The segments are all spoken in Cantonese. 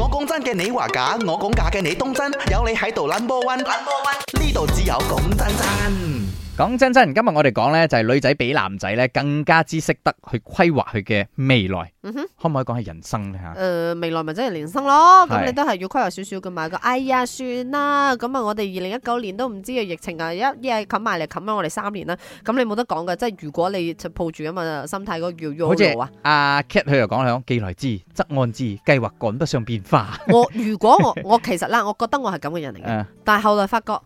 我講真嘅，你話假；我講假嘅，你當真。有你喺度 number one，number one，呢度只有講真真。講真真，今日我哋講咧就係女仔比男仔咧更加之識得去規劃佢嘅未來，嗯哼，可唔可以講係人生咧吓？诶、未來咪真係人生咯，咁啊係你都係要規劃少少嘅嘛。個哎呀，算啦，咁啊，我哋二零一九年都唔知嘅疫情啊，一一係冚埋嚟冚咗我哋三年啦，咁你冇得講噶，即係如果你就抱住咁嘅心態嗰個叫 y 好 o 似啊，阿 Cat 佢又講響，既來之則安之，計劃趕不上變化。呃我如果我 我其實啦，我覺得我係咁嘅人嚟嘅，誒但係後來發覺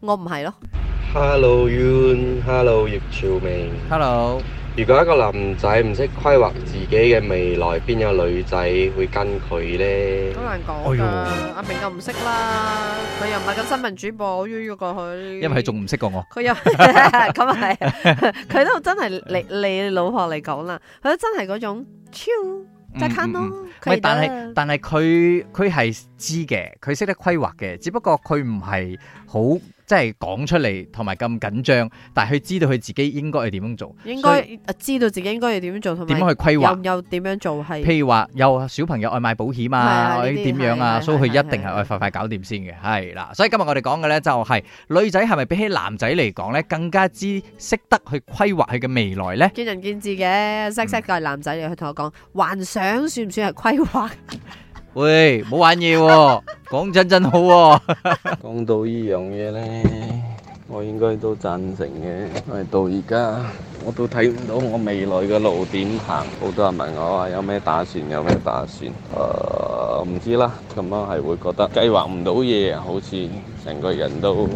我唔係咯。 Hello Yun，Hello 葉朝明。 ，Hello，如果一個男仔唔識規劃自己嘅未來，邊有女仔會跟佢呢？好難講哎㗎呦，阿明又唔識啦，佢又唔係咁新聞主播，於咗過去。因為佢仲唔識過我。佢又 咁啊係，佢都真係你你老婆嚟講啦，佢都真係嗰種超即係嗯嗯咯嗯，佢喂，而但家係但係佢佢係知嘅，佢識得規劃嘅，只不過佢唔係好即係講出嚟，同埋咁緊張，但係佢知道佢自己應該係點樣做，應所以該知道自己應該要點樣做，同點埋樣去規劃有。有點樣做係。譬如話有小朋友愛買保險係啊，啊或者呢啲點樣啊，係係所以佢係一定係係係愛快快搞掂先嘅，係啦。所以今日我哋講嘅呢，就係女仔係咪比起男仔嚟講呢，更加之識得去規劃佢嘅未來 呢？見仁見智嘅，sex 嗯 sex 係男仔嚟，佢同我講幻想算唔算係規劃？ 喂，唔好玩嘢喎，講真真好喎。講到呢樣嘢呢，我應該都贊成嘅，因為到而家我都睇唔到我未來嘅路點行。好多人問我話有咩打算，有咩打算？誒、呃唔知啦，咁樣係會覺得計劃唔到嘢，好似成個人都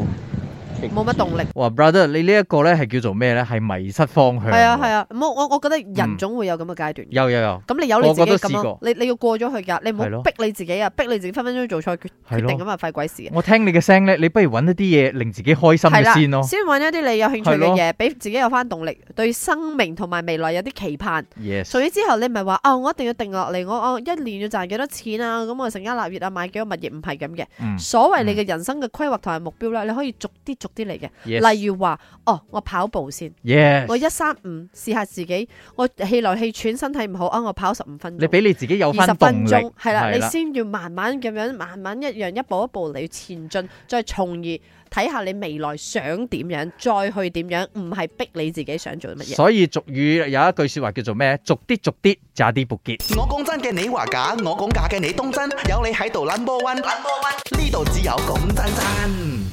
棘冇乜住動力。哇，brother，你呢一個呢係叫做咩呢？係迷失方向。係啊係啊，我我我覺得嗯人總會有咁嘅階段。有有有，咁你有你自個己個都咁試樣過，你你要過咗去㗎，你唔係咯好逼你自己啊，逼你自己分分鐘做錯決係決定咯。咁啊，費鬼事啊！我聽你嘅聲呢，你不如揾一啲嘢令自己開心係嘅啦，先咯。先揾一啲你有興趣係咯嘅嘢，俾自己有翻動力，對生命同埋未來有啲期盼。 Yes，所以之後你唔係話啊，我一定要定落嚟，我我一年要賺幾多錢啊，咁我成家立業啊，買幾多物業，唔係咁嘅。嗯所謂你嘅人生嘅規劃同埋目標咧，你可以逐啲逐啲嚟嘅。嗯，yes，例如話，哦，我跑步先， yes，我一三五試下自己，我氣來氣喘，身體唔好啊，我跑十五分你鐘。俾你自己有二翻十動分力，鐘係啦，係你先要慢慢咁樣，慢慢一樣一步一步嚟前進，再從而睇下你未來想點樣，再去點樣，唔係逼你自己想做乜嘢。所以俗語有一句說話叫做咩？逐啲逐啲，炸啲撥結。我講真嘅，你話假；我講假嘅，你當真。有你喺度 number one，number one，呢度只有講真真。